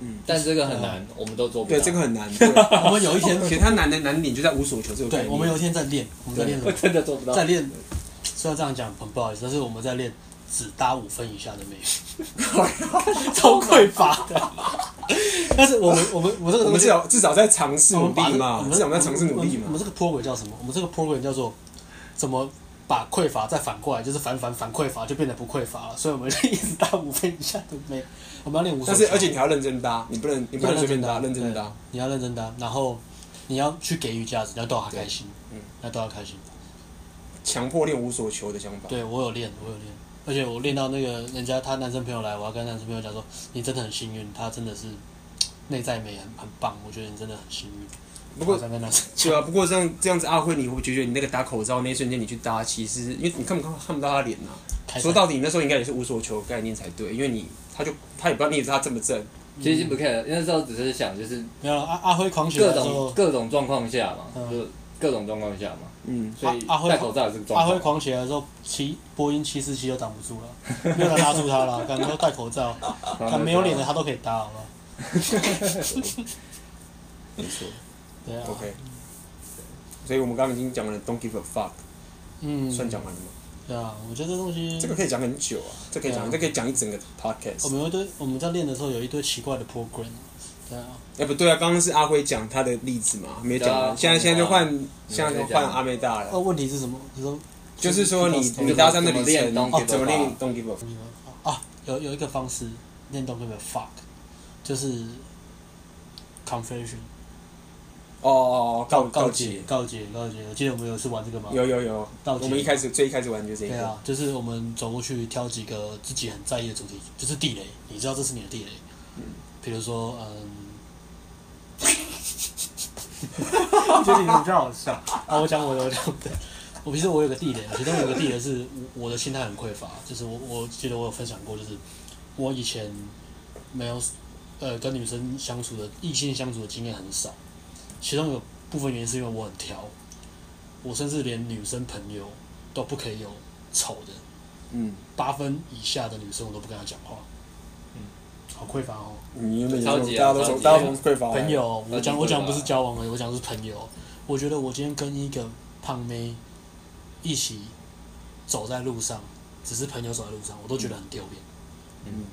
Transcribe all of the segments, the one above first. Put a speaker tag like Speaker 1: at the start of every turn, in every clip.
Speaker 1: 嗯，
Speaker 2: 但这个很
Speaker 3: 哦
Speaker 2: 难，我们都做不到。
Speaker 1: 对，这个很难。对
Speaker 3: 啊 我们有一天，
Speaker 1: 其实它难的难点就在无所求这个概
Speaker 3: 对，
Speaker 1: 念。
Speaker 3: 我们有一天在练，我们在练什
Speaker 2: 我
Speaker 3: 么？
Speaker 2: 真的做不到。
Speaker 3: 在练，虽然这样讲很不好意思，但是我们在练只搭五分以下的美术， 超匮乏的。但是我们我们我这个
Speaker 1: 我
Speaker 3: 东
Speaker 1: 们至，
Speaker 3: 西
Speaker 1: 少至少在尝试
Speaker 3: 我
Speaker 1: 努
Speaker 3: 们把
Speaker 1: 力
Speaker 3: 这个
Speaker 1: 嘛
Speaker 3: 我，们
Speaker 1: 至少我们在尝试努力
Speaker 3: 我们我
Speaker 1: 嘛
Speaker 3: 们。这个 program 叫什么？我们这个 program 叫做怎么把匮乏再反过来，就是反反反匮乏就变得不匮乏了。所以我们 就一直搭五分以下的美，我们要练五。
Speaker 1: 但是而且你还要认真搭，你不能你不能随便搭，认真搭。
Speaker 3: 对，你要认真搭，然后你要去给予价值，你要逗他开心，
Speaker 1: 嗯，
Speaker 3: 要逗他开心。
Speaker 1: 强迫练无所求的想法。
Speaker 3: 对我有练，我有练，而且我练到那个人家他男生朋友来，我要跟男生朋友讲说，你真的很幸运，他真的是内在美很很棒，我觉得你真的很幸运。
Speaker 1: 不过
Speaker 3: 我想跟 男生
Speaker 1: 对啊，不过这样这样子，阿辉，你会觉得你那个打口罩那一瞬间，你去搭，其实因为你看不看看不到他脸呐、
Speaker 3: 开
Speaker 1: 说到底，你那时候应该也是无所求的概念才对，因为你他就他也不知道你他正不正，
Speaker 2: 其实不 care，那时候只是想就是
Speaker 3: 没有阿阿辉狂喜
Speaker 2: 各
Speaker 3: 的时
Speaker 2: 种
Speaker 3: 候，
Speaker 2: 各种状况下嘛，
Speaker 3: 嗯
Speaker 2: 就各种状况下嘛，
Speaker 1: 嗯，
Speaker 2: 所以
Speaker 3: 阿阿辉
Speaker 2: 戴口罩也是个
Speaker 3: 阿
Speaker 2: 状
Speaker 3: 辉
Speaker 2: 况。
Speaker 3: 狂起来的时候，七波音七四七都挡不住了，没有人拉住他了， 感觉戴口罩，
Speaker 2: 然后
Speaker 3: 敢没有脸的他都可以搭，好不好？
Speaker 1: 没错
Speaker 3: 对啊，
Speaker 1: ，OK。所以我们刚刚已经讲了 “Don't give a fuck”，、
Speaker 3: 嗯，
Speaker 1: 算讲完了吗？
Speaker 3: 对啊，我觉得这东西
Speaker 1: 这个可以讲很久啊，这可以讲，
Speaker 3: 对啊
Speaker 1: 这可以讲一整个
Speaker 3: 我
Speaker 1: podcast。
Speaker 3: 们有一堆我们在练的时候有一堆奇怪的 program，对啊，
Speaker 1: 哎、不对啊，刚刚是阿辉讲他的例子嘛，没有讲
Speaker 2: 对
Speaker 1: 完。
Speaker 2: 啊
Speaker 1: 现在现在就换，现在就
Speaker 2: 可以讲
Speaker 1: 换阿妹大
Speaker 3: 那
Speaker 1: 了。
Speaker 3: 问题是什么？你说
Speaker 1: 就是说你
Speaker 3: 怎么
Speaker 1: 你搭讪的旅
Speaker 2: 怎么练
Speaker 1: 程
Speaker 2: ，don't
Speaker 1: 哦
Speaker 2: give a
Speaker 1: 怎么练
Speaker 2: fuck
Speaker 1: “Don't give a fuck”？
Speaker 3: 啊，有有一个方式练动那个 fuck，就是 confession
Speaker 1: 哦哦哦，告
Speaker 3: 告
Speaker 1: 告解。
Speaker 3: 告解告解。我记得我们有一次玩这个吗？
Speaker 1: 有有有，
Speaker 3: 道具
Speaker 1: 我们一开始最一开始玩就这一
Speaker 3: 对
Speaker 1: 个，
Speaker 3: 啊，就是我们走过去挑几个自己很在意的主题，就是地雷，你知道这是你的地雷。比如说，嗯，觉得你比较好笑 啊！我讲我的，我讲我的。我其实我有个地雷，其中有个地雷是我我的心态很匮乏，就是我我记得我有分享过，就是我以前没有呃跟女生相处的异性相处的经验很少，其中有部分原因是因为我很挑，我甚至连女生朋友都不可以有丑的，
Speaker 1: 嗯，
Speaker 3: 八分以下的女生我都不跟她讲话，嗯，好匮乏哦。
Speaker 1: 你原本也
Speaker 2: 超级
Speaker 1: 是
Speaker 2: 啊
Speaker 1: 大家都从
Speaker 2: 超
Speaker 1: 大家
Speaker 2: 级
Speaker 1: 都从匮乏来
Speaker 3: 朋，友，
Speaker 2: 那
Speaker 3: 我
Speaker 2: 你
Speaker 3: 讲
Speaker 2: 会
Speaker 3: 我讲
Speaker 2: 吧
Speaker 3: 不是交往而已，我讲的是朋友。我觉得我今天跟一个胖妹一起走在路上，只是朋友走在路上，我都觉得很丢脸，
Speaker 1: 嗯，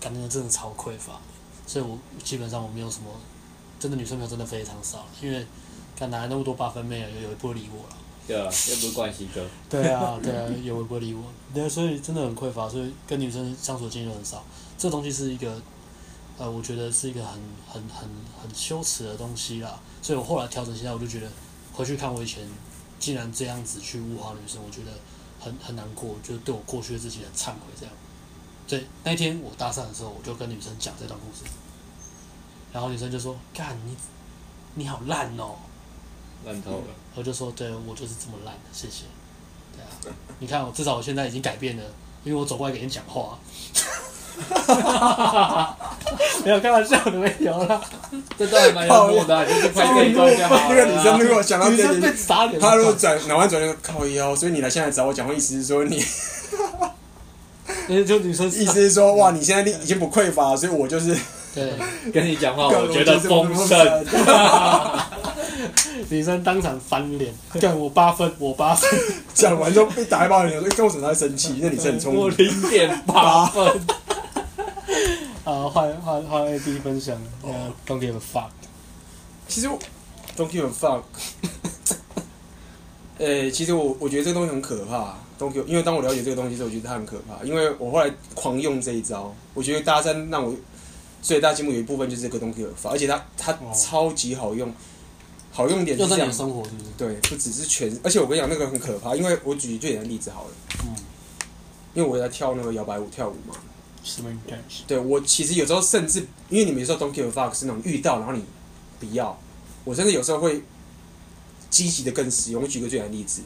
Speaker 3: 感觉真的超匮乏。所以我基本上我没有什么真的女生朋友真的非常少，因为看哪来那么多八分妹啊，有有也不会理我了。
Speaker 2: 对啊，又不是冠希哥，
Speaker 3: 对啊，对啊，有人不会理我，对，所以真的很匮乏，所以跟女生相处的经验很少。这东西是一个，呃，我觉得是一个很很很很羞耻的东西啦。所以我后来调整下来，我就觉得回去看我以前竟然这样子去物化女生，我觉得很很难过，就对我过去的自己很忏悔这样。所以那一天我搭讪的时候，我就跟女生讲这段故事，然后女生就说：“干你，你好烂哦、
Speaker 2: 烂 透了。
Speaker 3: 我就说，对我就是这么烂，谢谢。对啊，你看我至少我现在已经改变了，因为我走过来给人讲话、 没有开玩笑的，没有啦。
Speaker 2: 这段还蛮幽默的啊，就是
Speaker 1: 哎
Speaker 2: 快点关就好了啊。
Speaker 1: 那个女生如果想到
Speaker 3: 女
Speaker 1: 这
Speaker 3: 生
Speaker 1: 里
Speaker 3: 被，砸脸，
Speaker 1: 她如果转脑弯转就靠腰，所以你来现在找我讲话，意思是说你
Speaker 3: 就女生
Speaker 1: 意思是说哇，你现在已经不匮乏，所以我就是
Speaker 3: 对
Speaker 2: 跟你讲话，
Speaker 1: 更
Speaker 2: 哦我觉 得丰盛。。
Speaker 3: 女生当场翻脸，干我八分，我八分，
Speaker 1: 讲完之后被打一巴掌，说哎跟我什么在生气？那你是很聪
Speaker 2: 哎我
Speaker 1: 明。
Speaker 2: 零点八分，
Speaker 3: 啊，换换换 A B 分享，
Speaker 1: 哦
Speaker 3: 呃，Don't give a fuck，
Speaker 1: 其实我 don't give a fuck。呃、其实我我觉得这个东西很可怕。don't give，因为当我了解这个东西之后，我觉得它很可怕。因为我后来狂用这一招，我觉得搭讪让我最大进步有一部分就是这个 don't give a fuck，而且它它
Speaker 3: 哦
Speaker 1: 超级好用，好用点
Speaker 3: 又
Speaker 1: 是
Speaker 3: 在
Speaker 1: 哎这样
Speaker 3: 你的。生活是不是？
Speaker 1: 对，不只是全，而且我跟你讲那个很可怕，因为我举最简单的例子好了，
Speaker 3: 嗯，
Speaker 1: 因为我在跳那个摇摆舞跳舞嘛。
Speaker 3: 什么 intention？
Speaker 1: 对我其实有时候甚至，因为你们有时候 don't give a fuck 是那种遇到然后你不要，我甚至有时候会积极的更使用。我举个最简单的例子，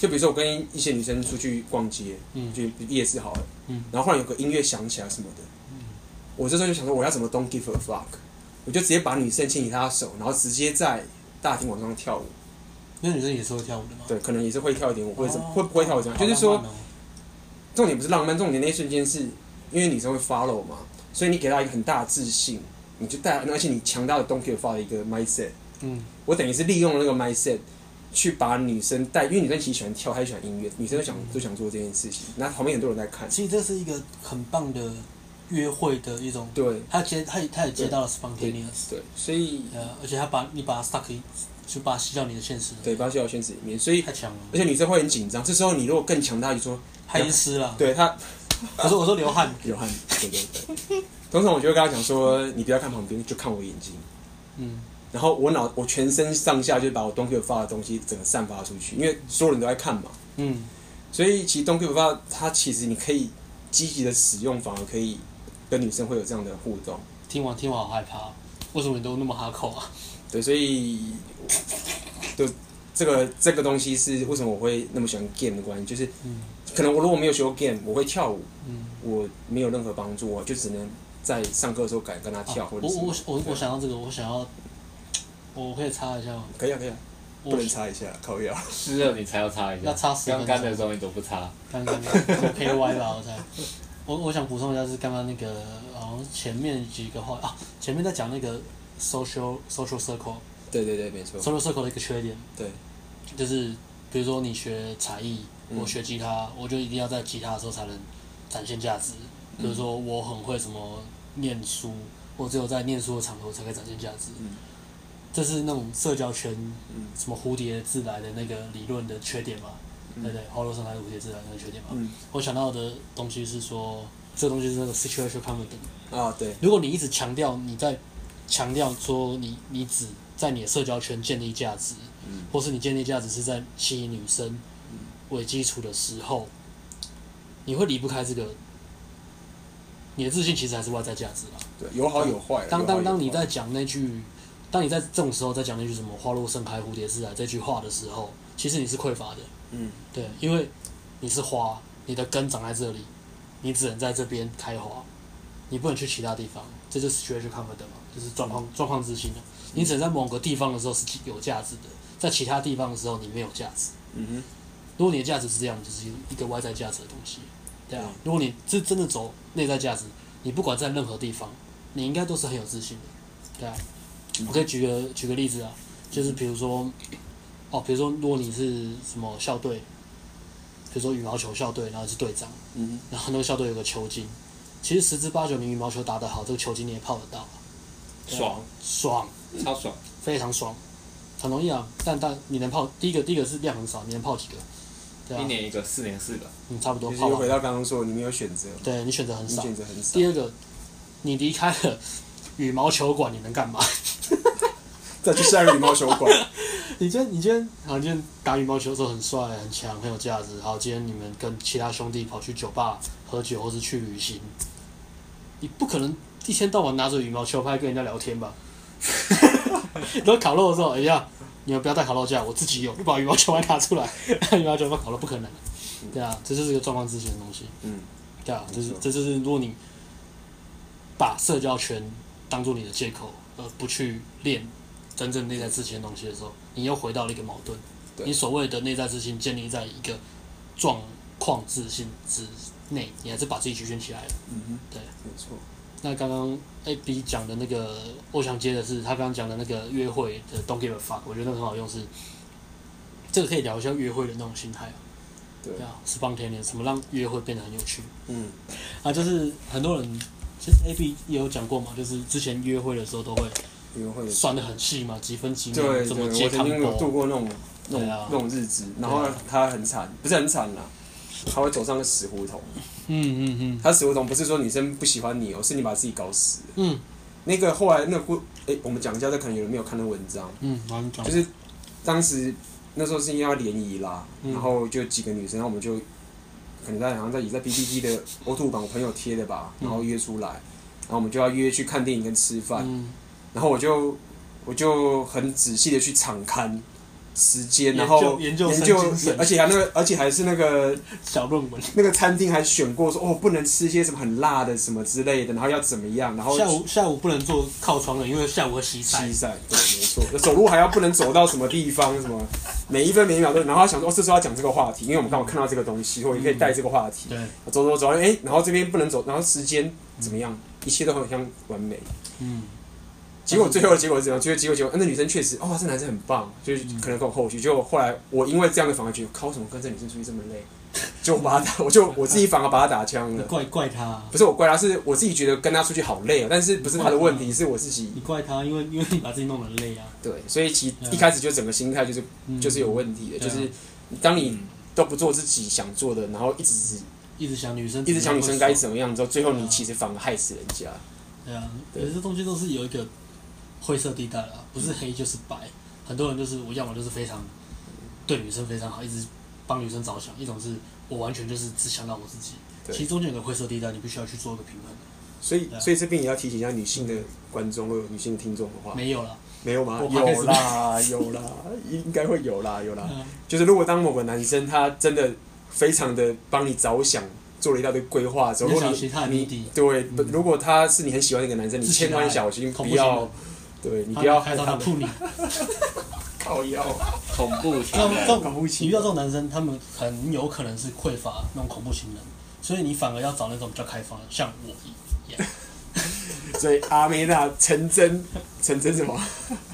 Speaker 1: 就比如说我跟一些女生出去逛街，
Speaker 3: 嗯
Speaker 1: 就夜市好了，
Speaker 3: 嗯
Speaker 1: 然后忽然有个音乐响起来什么的，我这时候就想说我要怎么 don't give a fuck，我就直接把女生牵起她的手，然后直接在大庭广众上跳舞。
Speaker 3: 那女生也是会跳舞的吗？
Speaker 1: 对，可能也是会跳一点舞，会怎么
Speaker 3: 哦
Speaker 1: 会不会跳舞这样，
Speaker 3: 好
Speaker 1: 就是
Speaker 3: 浪
Speaker 1: 说
Speaker 3: 漫。哦
Speaker 1: 重点不是浪漫，重点那一瞬间是因为女生会 follow 嘛，所以你给她一个很大的自信，你就带，而且你强大的 don't give a fuck 的一个 mindset，
Speaker 3: 嗯，
Speaker 1: 我等于是利用了那个 mindset 去把女生带，因为女生其实喜欢跳，她也喜欢音乐，女生都想都想做这件事情，那旁边很多人在看，
Speaker 3: 其实这是一个很棒的约会的一种，
Speaker 1: 对
Speaker 3: 他接他也他也接到了
Speaker 1: 对
Speaker 3: spontaneous，
Speaker 1: 对，所以
Speaker 3: 呃，而且他把你把他 stuck 就把他吸到你的现实，
Speaker 1: 对，把她吸到圈子里面，所以
Speaker 3: 太强了，
Speaker 1: 而且女生会很紧张，这时候你如果更强大，你说
Speaker 3: 他已经湿了。
Speaker 1: 对她
Speaker 3: 我说我说流汗，
Speaker 1: 有汗，对对对，通常我就会跟她讲说，你不要看旁边，就看我眼睛。
Speaker 3: 嗯，
Speaker 1: 然后我脑我全身上下就把我 Don't Give a Fuck 的东西整个散发出去，因为所有人都在看嘛，
Speaker 3: 嗯，
Speaker 1: 所以其实 Don't Give a Fuck 它其实你可以积极的使用，反而可以跟女生会有这样的互动。
Speaker 3: 听完听完好害怕，为什么你都那么哈口啊？
Speaker 1: 对，所以就这个这个东西是为什么我会那么喜欢 game 的关系，就是
Speaker 3: 嗯
Speaker 1: 可能我如果没有学过 game，我会跳舞，
Speaker 3: 嗯，
Speaker 1: 我没有任何帮助，我就只能在上课的时候敢跟他跳，
Speaker 3: 啊
Speaker 1: 或
Speaker 3: 我
Speaker 1: 者是
Speaker 3: 我我我想要这个，我想要，我可以插一下吗？
Speaker 1: 可以啊可以啊，不
Speaker 3: 我
Speaker 1: 能擦一下，靠腰。
Speaker 2: 湿了你才要擦一下，
Speaker 3: 要擦十分
Speaker 2: 刚干
Speaker 3: 钟
Speaker 2: 的时候你都不擦，
Speaker 3: 刚刚我 K Y 吧，我猜。 我我想补充一下，是刚刚那个好像前面几个话啊，前面在讲那个 social social circle
Speaker 1: 对对对，没错，
Speaker 3: social circle 的一个缺点，
Speaker 1: 对
Speaker 3: 就是比如说你学才艺，
Speaker 1: 嗯
Speaker 3: 我学吉他，我就一定要在吉他的时候才能展现价值。比如说我很会什么念书，我只有在念书的场合才可以展现价值。
Speaker 1: 嗯
Speaker 3: 这是那种社交圈
Speaker 1: 嗯
Speaker 3: 什么蝴蝶自来的那个理论的缺点嘛？
Speaker 1: 嗯
Speaker 3: 对不对？花落上来的蝴蝶自来那个缺点嘛？
Speaker 1: 嗯
Speaker 3: 我想到的东西是说，这东西是那个 situation comedy。
Speaker 1: 啊对。
Speaker 3: 如果你一直强调你在强调说你你只在你的社交圈建立价值，
Speaker 1: 嗯
Speaker 3: 或是你建立价值是在吸引女生为基础的时候，你会离不开这个。你的自信其实还是外在价值啊啦。
Speaker 1: 对，有好有坏。
Speaker 3: 当当当你在
Speaker 1: 在
Speaker 3: 讲那句，当你在这种时候在讲那句什么“花落盛开，蝴蝶自来”这句话的时候，其实你是匮乏的。
Speaker 1: 嗯
Speaker 3: 对，因为你是花，你的根长在这里，你只能在这边开花，你不能去其他地方，这就是 situation comfort 嘛，就是状况状况之心的。你只能在某个地方的时候是有价值的，在其他地方的时候你没有价值。
Speaker 1: 嗯
Speaker 3: 如果你的价值是这样，就是一个外在价值的东西，对啊
Speaker 1: 嗯。
Speaker 3: 如果你是真的走内在价值，你不管在任何地方，你应该都是很有自信的，对啊。
Speaker 1: 嗯
Speaker 3: 我可以举个举个例子啊，就是比如说，哦，比如说如果你是什么校队，比如说羽毛球校队，然后你是队长，
Speaker 1: 哼嗯
Speaker 3: 然后那个校队有个球精，其实十之八九你羽毛球打得好，这个球精你也泡得到啊，对啊
Speaker 2: 爽，
Speaker 3: 爽，
Speaker 2: 超爽，
Speaker 3: 非常爽，很容易啊。但但你能泡第一个第一个是量很少，你能泡几个？对啊
Speaker 2: 一，年一个，四年四个，
Speaker 3: 嗯，差不多
Speaker 1: 哼，就是
Speaker 3: 泡
Speaker 1: 又
Speaker 3: 完
Speaker 1: 回到刚刚说，你没有选择，
Speaker 3: 对你选择很
Speaker 1: 你
Speaker 3: 少。
Speaker 1: 选择很少
Speaker 3: 第，二个，你离开了羽毛球馆，你能干嘛？
Speaker 1: 再去下一个羽毛球馆，
Speaker 3: 你今天你今天好，你今天打羽毛球的时候很帅、很强、很有价值。好，今天你们跟其他兄弟跑去酒吧喝酒，或是去旅行，你不可能一天到晚拿着羽毛球拍跟人家聊天吧？ 然后烤肉的时候，哎呀，你们不要带烤肉架，我自己有，我把羽毛球拍拿出来， 羽毛球拍烤肉不可能。对啊，这就是一个状况之前的东西。
Speaker 1: 嗯，
Speaker 3: 对啊，这是
Speaker 1: 没错
Speaker 3: 这就是如果你把社交圈当做你的借口，而不去练真正内在自信的东西的时候，你又回到了一个矛盾。
Speaker 1: 对
Speaker 3: 你所谓的内在自信建立在一个状况自信之内，你还是把自己局限起来了。
Speaker 1: 嗯哼，
Speaker 3: 对，
Speaker 1: 没错，
Speaker 3: 那刚刚 A B 讲的那个，我想接的是他刚刚讲的那个约会的 Don't give a fuck，我觉得那个很好用是，这个可以聊一下约会的那种心态啊，
Speaker 1: 对
Speaker 3: 对，啊，spontaneous，怎么让约会变得很有趣？
Speaker 1: 嗯
Speaker 3: 啊，就是很多人，其实 A B 也有讲过嘛，就是之前约会的时候都会
Speaker 1: 约会，
Speaker 3: 算的很细嘛，几分几秒
Speaker 1: 对
Speaker 3: 怎
Speaker 1: 对，
Speaker 3: 么
Speaker 1: 我
Speaker 3: 接
Speaker 1: 曾
Speaker 3: 康
Speaker 1: 经有度
Speaker 3: 波，
Speaker 1: 过那种那种
Speaker 3: 对啊
Speaker 1: 那种日子，然后
Speaker 3: 对啊
Speaker 1: 他很惨，不是很惨啦。他会走上个死胡同，
Speaker 3: 嗯嗯嗯
Speaker 1: 他死胡同不是说女生不喜欢你哦，是你把自己搞死了。
Speaker 3: 嗯
Speaker 1: 那个后来那个故，哎，我们讲一下，这可能有人没有看那文章，
Speaker 3: 嗯，然后你讲
Speaker 1: 就，是当时那时候是因为要联谊啦，
Speaker 3: 嗯
Speaker 1: 然后就几个女生，然后我们就可能在好像在也在 PPT 的 O two 版，我朋友贴的吧，
Speaker 3: 嗯
Speaker 1: 然后约出来，然后我们就要约去看电影跟吃饭，
Speaker 3: 嗯，
Speaker 1: 然后我就我就很仔细的去场刊时间，
Speaker 3: 研究
Speaker 1: 然后
Speaker 3: 研究神经神
Speaker 1: 而且还那个而且还是那个
Speaker 3: 小论文，
Speaker 1: 那个餐厅还选过说哦不能吃些什么很辣的什么之类的，然后要怎么样，然后
Speaker 3: 下午下午不能坐靠窗了，因为下午会吸
Speaker 1: 西
Speaker 3: 塞，
Speaker 1: 晒，对，没错，走路还要不能走到什么地方，什么每一分每一秒都。然后他想说，哦，这时候要讲这个话题，因为我们刚好看到这个东西，或者可以带这个话题，
Speaker 3: 对，
Speaker 1: 走走走，哎、然后这边不能走，然后时间怎么样，一切都很像完美。
Speaker 3: 嗯，
Speaker 1: 结果最后的结果是怎么样？最后结果结果，啊那女生确实，哦，这男生很棒，就是可能跟我后续。结果后来我因为这样的反而觉得，靠，为什么跟这女生出去这么累？就我把她打，我就我自己反而把她打枪
Speaker 3: 你
Speaker 1: 了。
Speaker 3: 怪怪他啊，
Speaker 1: 不是我怪她，是我自己觉得跟她出去好累啊。但是不是她的问题，是我自己
Speaker 3: 你怪他，因为因为你把自己弄得很累啊，
Speaker 1: 对，所以其实
Speaker 3: 对啊
Speaker 1: 一开始就整个心态就是
Speaker 3: 嗯
Speaker 1: 就是有问题的，
Speaker 3: 对
Speaker 1: 就
Speaker 3: 啊
Speaker 1: 是当你都不做自己想做的，然后一直
Speaker 3: 一直想女生，
Speaker 1: 一直想女生该
Speaker 3: 怎
Speaker 1: 怎么样，之后最后
Speaker 3: 对
Speaker 1: 你
Speaker 3: 啊
Speaker 1: 其实反而害死人家。
Speaker 3: 么样，对
Speaker 1: 对
Speaker 3: 啊，有些东西都是有一个灰色地带啦，不是黑就是白，很多人就是我要么就是非常对女生非常好，一直帮女生着想，一种是我完全就是只想到我自己，
Speaker 1: 对
Speaker 3: 其实中间有个灰色地带，你必须要去做一个平衡。
Speaker 1: 所以
Speaker 3: 对啊
Speaker 1: 所以这边也要提醒一下女性的观众或者女性的听众的话，
Speaker 3: 没有了，
Speaker 1: 没有吗？
Speaker 3: 我怕
Speaker 1: 有 啦，有啦，应该会有啦，有啦。
Speaker 3: 嗯
Speaker 1: 就是如果当某个男生他真的非常的帮你着想，做了一大堆规划之后，
Speaker 3: 你
Speaker 1: 如
Speaker 3: 要
Speaker 1: 果
Speaker 3: 小心他的
Speaker 1: 你
Speaker 3: 目的
Speaker 1: 你对，不如果他是你很喜欢那个男生，你
Speaker 3: 自己
Speaker 1: 千万
Speaker 3: 来
Speaker 1: 小心
Speaker 3: 恐
Speaker 1: 不
Speaker 3: 怖情
Speaker 1: 要
Speaker 3: 人，
Speaker 1: 对你
Speaker 3: 他
Speaker 1: 不要
Speaker 3: 还
Speaker 1: 害
Speaker 3: 到
Speaker 1: 他
Speaker 3: 他
Speaker 1: 们
Speaker 3: 扑你，
Speaker 1: 靠腰。
Speaker 2: 恐怖情
Speaker 3: 那
Speaker 2: 人
Speaker 3: 这
Speaker 1: 恐怖
Speaker 3: 种
Speaker 1: 情人
Speaker 3: 你遇到这种男生，他们很有可能是匮乏那种恐怖情人，所以你反而要找那种比较开放的，像我一样。
Speaker 1: 所以阿梅娜成真，成真什么？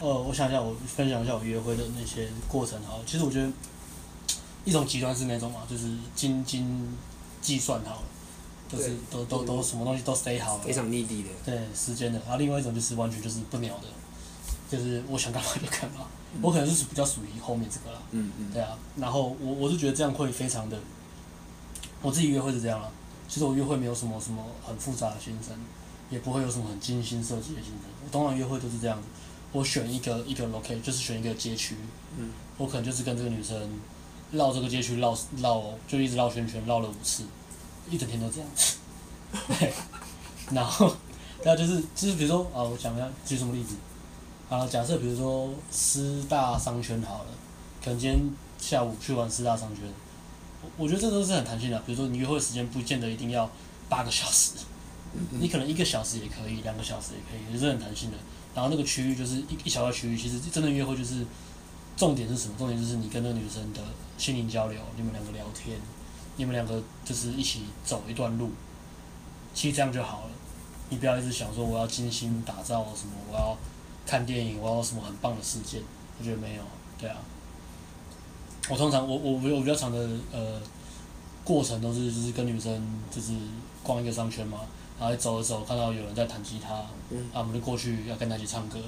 Speaker 3: 呃，我想一下，我分享一下我约会的那些过程好了。其实我觉得一种极端是那种嘛，就是斤斤计算好了，就是
Speaker 1: 对
Speaker 3: 都都都什么东西都 stay 好了，
Speaker 1: 非常逆地的，
Speaker 3: 对时间的。然后另外一种就是完全就是不鸟的，就是我想干嘛就干嘛。我可能是比较属于后面这个啦。
Speaker 1: 嗯嗯，
Speaker 3: 对啊，然后我我是觉得这样会非常的，我自己约会是这样啦。其实我约会没有什么什么很复杂的行程，也不会有什么很精心设计的行程。我通常约会都是这样子，我选一个一个 location，就是选一个街区，
Speaker 1: 嗯，
Speaker 3: 我可能就是跟这个女生绕这个街区绕绕，就一直绕圈圈，绕了五次，一整天都这样。 对，然后对啊，就是就是比如说啊，我讲一下举什么例子。好了，假设比如说师大商圈好了，可能今天下午去玩师大商圈，我我觉得这都是很弹性的。啊比如说你约会时间不见得一定要八个小时，你可能一个小时也可以，两个小时也可以，也是很弹性的。然后那个区域就是一一小块区域，其实真的约会就是重点是什么？重点就是你跟那个女生的心灵交流，你们两个聊天，你们两个就是一起走一段路，其实这样就好了。你不要一直想说我要精心打造什么，我要看电影，我要什么很棒的事件，我觉得没有，对啊。我通常我我我我比较长的呃过程都是就是跟女生就是逛一个商圈嘛，然后走着走看到有人在弹吉他，
Speaker 1: 嗯
Speaker 3: 啊我们就过去要跟他一起唱歌，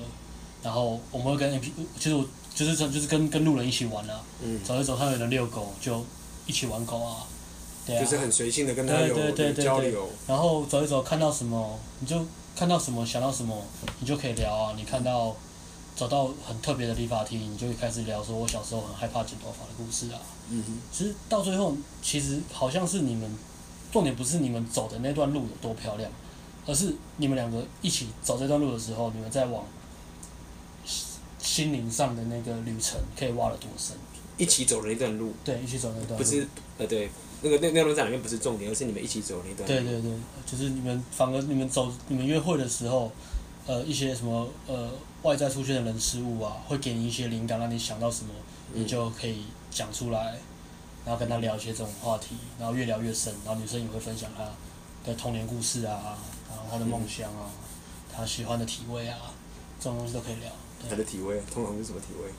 Speaker 3: 然后我们会跟 MP，其实我就是就是跟跟路人一起玩啊，
Speaker 1: 嗯
Speaker 3: 走一走看到有人遛狗就一起玩狗啊，对啊，
Speaker 1: 就是很随性的跟他有
Speaker 3: 对对对
Speaker 1: 有
Speaker 3: 对
Speaker 1: 交流，
Speaker 3: 然后走一走，看到什么你就看到什么，想到什么你就可以聊啊。你看到走到很特别的理发厅，你就会开始聊说我小时候很害怕剪头发的故事啊。
Speaker 1: 嗯哼，
Speaker 3: 其实到最后，其实好像是你们重点不是你们走的那段路有多漂亮，而是你们两个一起走这段路的时候，你们在往心心灵上的那个旅程可以挖得多深。
Speaker 1: 一起走了一段路，
Speaker 3: 对，一起走那段
Speaker 1: 不
Speaker 3: 路。
Speaker 1: 是呃对，那个那那段路在里面不是重点，而是你们一起走了一段
Speaker 3: 对
Speaker 1: 路，
Speaker 3: 对对，就是你们反而你们走你们约会的时候，呃，一些什么呃外在出现的人事物啊，会给你一些灵感，让你想到什么，你就可以讲出来，
Speaker 1: 嗯
Speaker 3: 然后跟他聊一些这种话题，然后越聊越深，然后女生也会分享她的童年故事啊，然后她的梦想啊，她喜欢的体位啊，这种东西都可以聊。
Speaker 1: 他
Speaker 3: 对，
Speaker 1: 的体位通常是什么体位？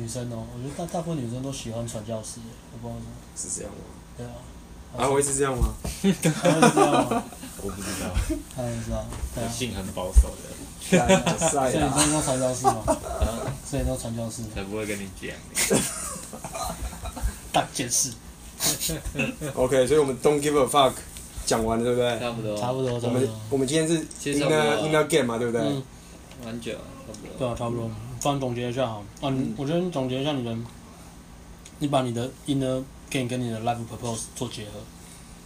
Speaker 3: 女生哦，我觉得大大部分女生都喜欢传教士，我不知道为什么。
Speaker 1: 是这样吗？
Speaker 3: 对啊，
Speaker 1: 啊，我会是这样吗？
Speaker 3: 他们知道吗？
Speaker 2: 我不知道，
Speaker 3: 哦他们知道。对
Speaker 2: 我
Speaker 3: 啊。
Speaker 2: 性很保守的，
Speaker 1: 干
Speaker 3: 所
Speaker 1: 晒
Speaker 3: 以
Speaker 1: 啦，
Speaker 3: 你都传教 士吗？所以你都传教士吗？
Speaker 2: 才不会跟你讲。
Speaker 3: 大件事，
Speaker 1: ，OK，所以我们 Don't give a fuck 讲完了，对不对？
Speaker 2: 差不多，
Speaker 3: 差不多，
Speaker 1: 哦
Speaker 3: 差
Speaker 1: 我
Speaker 3: 不
Speaker 1: 们
Speaker 3: 多。
Speaker 1: 我们今天是
Speaker 2: 其实差不多
Speaker 1: inner
Speaker 2: 啊
Speaker 1: inner game 嘛，对不对？
Speaker 3: 嗯，
Speaker 2: 蛮久，差不多。
Speaker 3: 对啊，差不多。不然总结一下哈，啊，你
Speaker 1: 嗯
Speaker 3: 我觉得你总结一下你的，你把你的 inner game 跟你的 life purpose 做结合，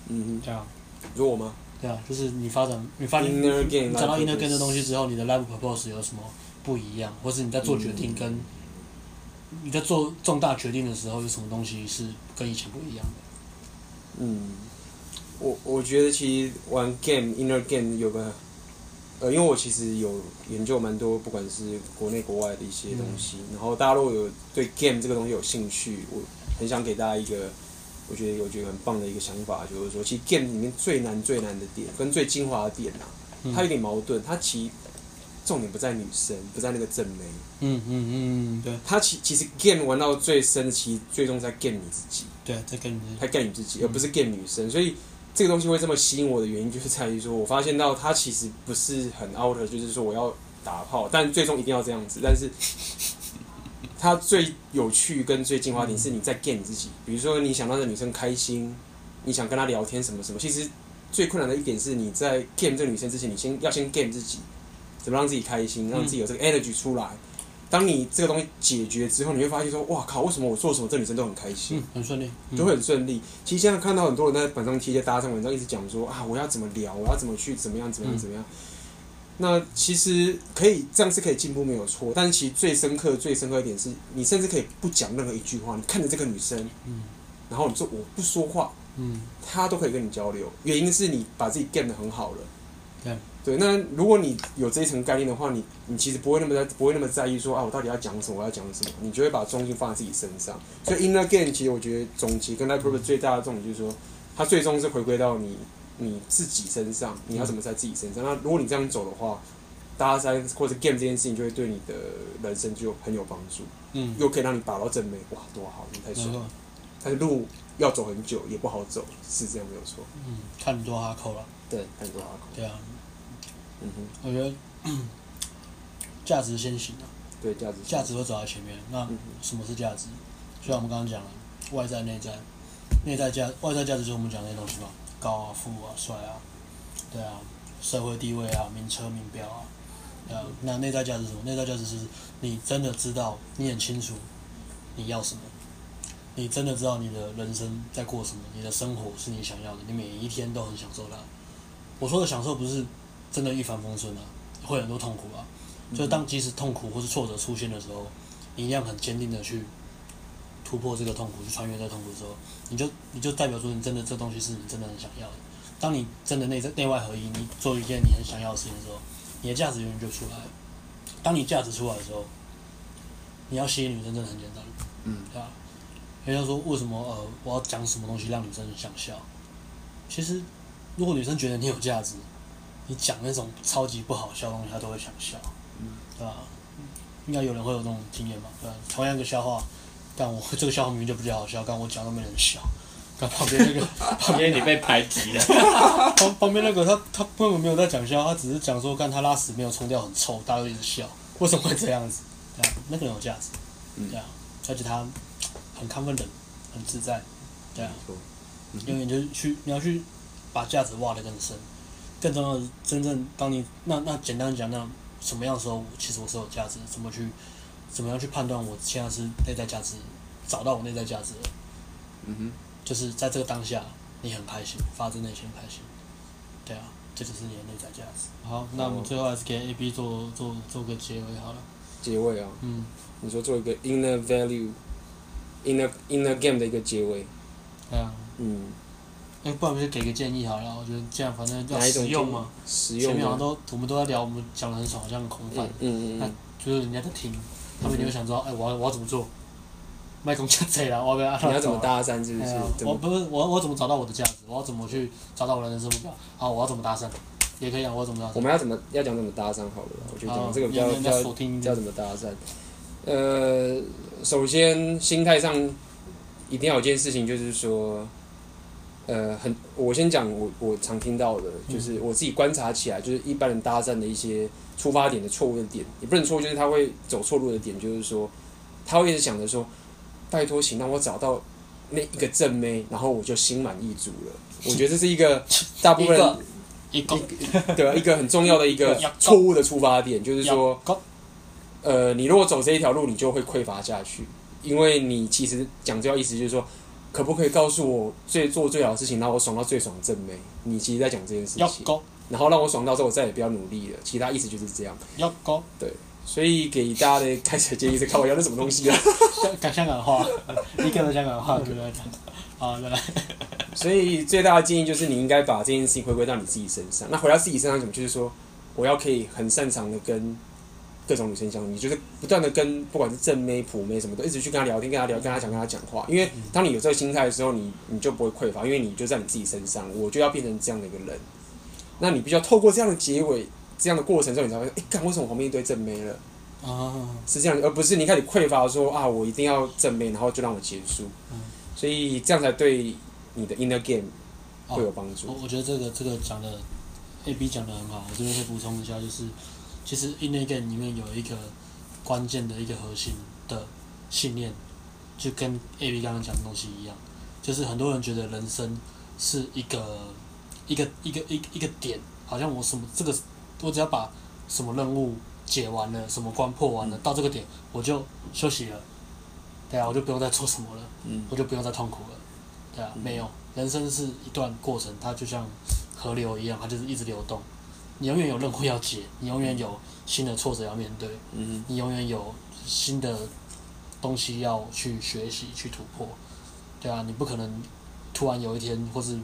Speaker 1: 嗯
Speaker 3: 这样。
Speaker 1: 哼，如我吗？
Speaker 3: 对啊，就是你发展，你发现
Speaker 1: Inner game，
Speaker 3: 你找到
Speaker 1: life
Speaker 3: inner game
Speaker 1: purpose
Speaker 3: 的东西之后，你的 life purpose 有什么不一样，或是你在做决定
Speaker 1: 嗯
Speaker 3: 跟你在做重大决定的时候，有什么东西是跟以前不一样的？
Speaker 1: 嗯，我我觉得其实玩 game inner game 有个，呃，因为我其实有研究蛮多，不管是国内国外的一些东西。然后大家如果有对 game 这个东西有兴趣，我很想给大家一个，我觉得我觉得很棒的一个想法，就是说，其实
Speaker 3: 嗯
Speaker 1: game 里面最难最难的点跟最精华的点啊，它有点矛盾，它其实重点不在女生，不在那个正妹，
Speaker 3: 嗯嗯嗯，对
Speaker 1: 他其其实 game 玩到最深，其实最终在 game 你自己，
Speaker 3: 对，这跟你
Speaker 1: 他 game 你自己，而不是 game 女生，所以。这个东西会这么吸引我的原因，就是在于说，我发现到他其实不是很 out，的就是说我要打炮，但最终一定要这样子。但是，他最有趣跟最进化点是你在 game 你自己，比如说你想让这女生开心，你想跟她聊天什么什么。其实最困难的一点是你在 game 这个女生之前，你先要先 game 自己，怎么让自己开心，让自己有这个 energy 出来。当你这个东西解决之后，你会发现说，哇靠，为什么我做什么这女生都很开心？
Speaker 3: 嗯很顺利，
Speaker 1: 就会很顺利。其实现在看到很多人在板上贴一些搭上文章，一直讲说啊，我要怎么聊，我要怎么去怎么样怎么样怎么样。那其实可以这样是可以进步没有错，但是其实最深刻、最深刻一点是你甚至可以不讲任何一句话，你看着这个女生，
Speaker 3: 嗯
Speaker 1: 然后你说我不说话，
Speaker 3: 嗯
Speaker 1: 她都可以跟你交流。原因是你把自己 game 的很好了。
Speaker 3: 对
Speaker 1: 对，那如果你有这一层概念的话，你你其实不会那么在不会那么在意说啊，我到底要讲什么，我要讲什么，你就会把重心放在自己身上。所以 inner game 其实我觉得总结跟 life purpose 最大的重点就是说，它最终是回归到你你自己身上，你要怎么在自己身上。那如果你这样走的话，搭讪或者 game 这件事情就会对你的人生就很有帮助，
Speaker 3: 嗯，
Speaker 1: 又可以让你把到正妹，哇，多好，你太
Speaker 3: 没
Speaker 1: 爽了。
Speaker 3: 错，
Speaker 1: 但是路要走很久，也不好走，是这样没有错。
Speaker 3: 嗯，看很多哈扣了，
Speaker 1: 对，很多好口。
Speaker 3: 对啊，
Speaker 1: 嗯哼，
Speaker 3: 我觉得嗯价值先行啊，
Speaker 1: 对，价值
Speaker 3: 价值会走在前面。那
Speaker 1: 嗯
Speaker 3: 什么是价值？就像我们刚刚讲了，外在、内在，内在价外在价值就是我们讲的那些东西嘛，高啊、富啊、帅啊，对啊，社会地位啊、名车名表啊，对啊。那内在价值是什么？内在价值是你真的知道，你很清楚你要什么，你真的知道你的人生在过什么，你的生活是你想要的，你每一天都很享受它。我说的享受不是真的一帆风顺啊，会很多痛苦啊。就是当即使痛苦或是挫折出现的时候，你一样很坚定的去突破这个痛苦，去穿越这个痛苦的时候，你就你就代表说你真的这东西是你真的很想要的。当你真的内在内外合一，你做一件你很想要的事情的时候，你的价值永远就出来了。当你价值出来的时候，你要吸引女生真的很简单，
Speaker 1: 嗯，
Speaker 3: 对吧？人家说为什么呃我要讲什么东西让女生想笑？其实如果女生觉得你有价值，你讲那种超级不好笑的东西，她都会想笑。对吧、嗯应该有人会有这种经验吧？对吧、同样一个笑话，但我这个笑话明明就比较好笑，但我讲都没人笑。但旁边那个 旁
Speaker 2: 因
Speaker 3: 边
Speaker 2: 为你被排挤了，
Speaker 3: 旁旁边那个他他根本没有在讲笑，他只是讲说干他拉屎没有冲掉很臭，大家都一直笑，为什么会这样子？对啊，那个人有价值，
Speaker 1: 嗯
Speaker 3: 对啊，而且他很 confident，很自在，对啊，
Speaker 1: 错。嗯
Speaker 3: 因为你就去你要去把价值挖得更深，更重要的是真正当你那那简单讲，那什么样的时候其实我是有价值的，怎么去怎么样去判断我现在是内在价值，找到我内在价值了，
Speaker 1: 嗯哼。
Speaker 3: 就是在这个当下你很开心，发自内心开心，对啊，这就是你的内在价值。
Speaker 4: 好，那我们最后还是给 A B 做做做个结尾好了。
Speaker 1: 结尾啊，
Speaker 4: 嗯，
Speaker 1: 你说做一个 inner value inner inner game 的一个结尾，
Speaker 4: 对啊，
Speaker 1: 嗯，
Speaker 4: 哎、不然我们就给个建议好了。我觉得这样反正要
Speaker 1: 哪一种
Speaker 4: 实用嘛。
Speaker 1: 实
Speaker 4: 前
Speaker 1: 用
Speaker 4: 面好像
Speaker 1: 吗？
Speaker 4: 都我们都在聊，我们讲的很少，好像很空泛
Speaker 1: 嗯。嗯嗯嗯，
Speaker 4: 就是人家在听，他们就会想知道，哎、我要我要怎么做？卖公家贼啦，我要不要？
Speaker 1: 你要怎么搭讪是不
Speaker 4: 哎
Speaker 1: 是
Speaker 4: 呀？
Speaker 1: 怎
Speaker 4: 我
Speaker 1: 么
Speaker 4: 不是我我怎么找到我的价值？我要怎么去找到我的人生目标？好，我要怎么搭讪？也可以啊，我要怎么搭讪？
Speaker 1: 我们要怎么要讲怎么搭讪好了啦，我觉得
Speaker 4: 好
Speaker 1: 讲这个比较
Speaker 4: 啊哦你
Speaker 1: 比
Speaker 4: 要要
Speaker 1: 较
Speaker 4: 锁定一
Speaker 1: 要
Speaker 4: 点。
Speaker 1: 怎么搭讪？呃，首先心态上一定要有件事情，就是说，呃，很，我先讲我我常听到的，就是我自己观察起来，就是一般人搭讪的一些出发点的错误的点，也不能错，就是他会走错路的点，就是说，他会一直想着说，拜托，请让我找到那一个正妹，然后我就心满意足了。我觉得这是一个大部分人
Speaker 4: 一个
Speaker 1: 对啊，一个很重要的一 个
Speaker 4: 要
Speaker 1: 错误的出发点，就是
Speaker 4: 要
Speaker 1: 说
Speaker 4: 搞，
Speaker 1: 呃，你如果走这一条路，你就会匮乏下去，因为你其实讲这条意思就是说，可不可以告诉我最做最好的事情，让我爽到最爽的正妹？你其实在讲这件事
Speaker 4: 要
Speaker 1: 情，
Speaker 4: 高
Speaker 1: 然后让我爽到之后，我再也不要努力了。其他意思就是这样，
Speaker 4: 要高，
Speaker 1: 所以给大家的开始的建议是靠我要那什么东西啊？
Speaker 4: 香讲香港 话，一个人香港话，对不对？好，再来。
Speaker 1: 所以最大的建议就是，你应该把这件事情回归到你自己身上。那回到自己身上，怎么就是说，我要可以很擅长的跟各种女生相处，你就是不断的跟不管是正妹、普妹什么的，一直去跟她聊天，跟她聊，跟她讲，跟她讲话。因为当你有这个心态的时候，你你就不会匮乏，因为你就在你自己身上，我就要变成这样的一个人。那你必须要透过这样的结尾，这样的过程之后，你才会说，哎、干为什么我旁边一堆正妹了？
Speaker 3: 啊，
Speaker 1: 是这样，而不是你开始匮乏说啊，我一定要正面，然后就让我结束。
Speaker 3: 嗯
Speaker 1: 所以这样才对你的 inner game
Speaker 3: 哦
Speaker 1: 会有帮助。
Speaker 3: 我我觉得这个这个讲的 A B 讲的很好，我这边可以补充一下，就是其实 in a game 里面有一个关键的一个核心的信念，就跟 A B 刚刚讲的东西一样，就是很多人觉得人生是一个一个一个一个一个点，好像我什么这个我只要把什么任务解完了，什么关破完了，到这个点我就休息了，对啊，我就不用再做什么了。
Speaker 2: 嗯，
Speaker 3: 我就不用再痛苦了。对啊，
Speaker 2: 嗯
Speaker 3: 没有，人生是一段过程，它就像河流一样，它就是一直流动。你永远有任务要解，你永远有新的挫折要面对，
Speaker 2: 嗯
Speaker 3: 你永远有新的东西要去学习、去突破。对啊，你不可能突然有一天，或是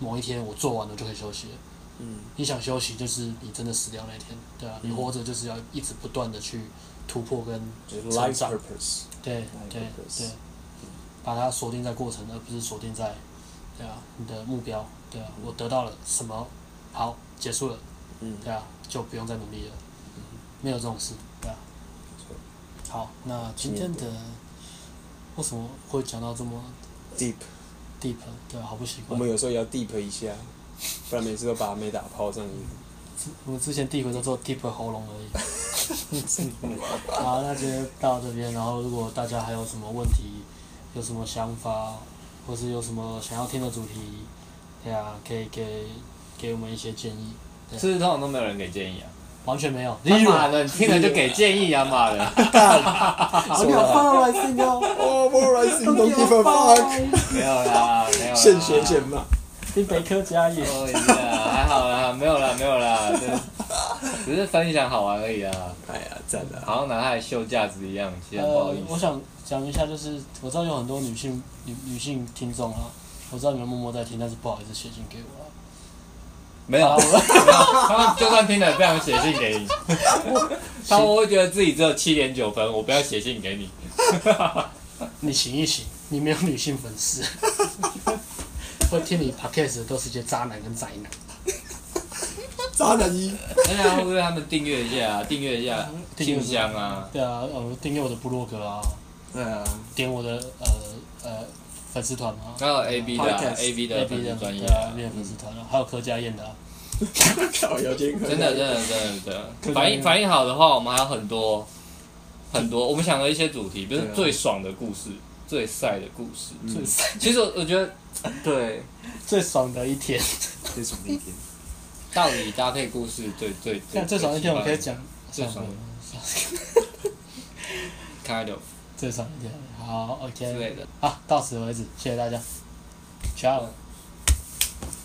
Speaker 3: 某一天我做完了就可以休息了。
Speaker 2: 嗯，
Speaker 3: 你想休息，就是你真的死掉那天。对啊，你
Speaker 2: 嗯
Speaker 3: 活着就是要一直不断的去突破跟
Speaker 1: 就是 life
Speaker 3: 成长
Speaker 1: purpose。
Speaker 3: 对
Speaker 1: 来
Speaker 3: 对
Speaker 1: focus
Speaker 3: 对，把它锁定在过程，而不是锁定在，对啊，你的目标，对啊，我得到了什么，好，结束了，
Speaker 1: 嗯
Speaker 3: 对啊，就不用再努力了，嗯没有这种事，对啊
Speaker 1: 没。
Speaker 3: 好，那今天的为什么会讲到这么
Speaker 1: ，deep，
Speaker 3: deep？对啊，好不习
Speaker 1: 我
Speaker 3: 惯。
Speaker 1: 们有时候也要 deep 一下，不然每次都把妹打炮这样子。
Speaker 3: 我们之前第一回都做 deep 喉咙 而已。好，那今天到这边，然后如果大家还有什么问题，有什么想法，或是有什么想要听的主题，对啊，可以给给我们一些建议。
Speaker 2: 是不是通常都没有人给建议啊？
Speaker 3: 完全没有，
Speaker 2: 他妈的，你听了就给建议啊，妈的！
Speaker 1: 说了
Speaker 3: 放来信哦，
Speaker 1: 哦 m o r i s don't give a fuck，
Speaker 2: 没有啦，没有啦。
Speaker 1: 现学现卖。
Speaker 3: 你北科加也
Speaker 2: 哦，一下，还好啦，没有啦，没有啦，这只是分享好玩而已啦，
Speaker 1: 哎呀，赞的。
Speaker 2: 好像拿它来秀价值一样，其实很不好
Speaker 3: 呃
Speaker 2: 意，
Speaker 3: 我
Speaker 2: 思。
Speaker 3: 想讲一下，就是我知道有很多女性女女性听众啊，我知道你们默默在听，但是不好意思写信给我啊。
Speaker 2: 没有， 没有他们就算听了，不想写信给 你，他们会觉得自己只有七点九分，我不要写信给你。
Speaker 3: 你醒一醒，你没有女性粉丝， 会听你 podcast 的都是一些渣男跟宅男。啊
Speaker 1: 渣男一，
Speaker 2: 哎呀，会不会他们订阅一下，啊订阅一下
Speaker 3: 嗯订阅
Speaker 2: 信
Speaker 3: 是
Speaker 2: 箱啊？
Speaker 3: 对啊，呃，订阅我的部落格啊，
Speaker 1: 哎呀，
Speaker 3: 点我的呃呃粉丝团啊
Speaker 2: 还有 A B 的啊
Speaker 1: Podcast
Speaker 2: A B 的
Speaker 3: ，A
Speaker 2: 粉
Speaker 3: B
Speaker 2: 丝
Speaker 3: 的
Speaker 2: 专业
Speaker 3: 对
Speaker 2: 啊
Speaker 3: 啊，，练粉丝团啊，还有柯佳燕的啊，
Speaker 1: 靠，有点可
Speaker 2: 真的真的真的真的，
Speaker 3: 可
Speaker 2: 反
Speaker 3: 能
Speaker 2: 应反应好的话，我们还有很多很多，我们想了一些主题，比如
Speaker 1: 对啊
Speaker 2: 最爽的故事、最晒的故事。
Speaker 1: 嗯
Speaker 3: 最
Speaker 2: 其实我我觉得，对，
Speaker 3: 最爽的一天，
Speaker 1: 最爽的一天。
Speaker 2: 到底搭配故事最最
Speaker 3: 看最爽的一天我可以讲
Speaker 2: 最爽的
Speaker 3: 算了
Speaker 2: kind of
Speaker 3: 最爽的一天，好
Speaker 2: 之
Speaker 3: ，OK，
Speaker 2: 类的。
Speaker 3: 好，到此为止，谢谢大家，Ciao。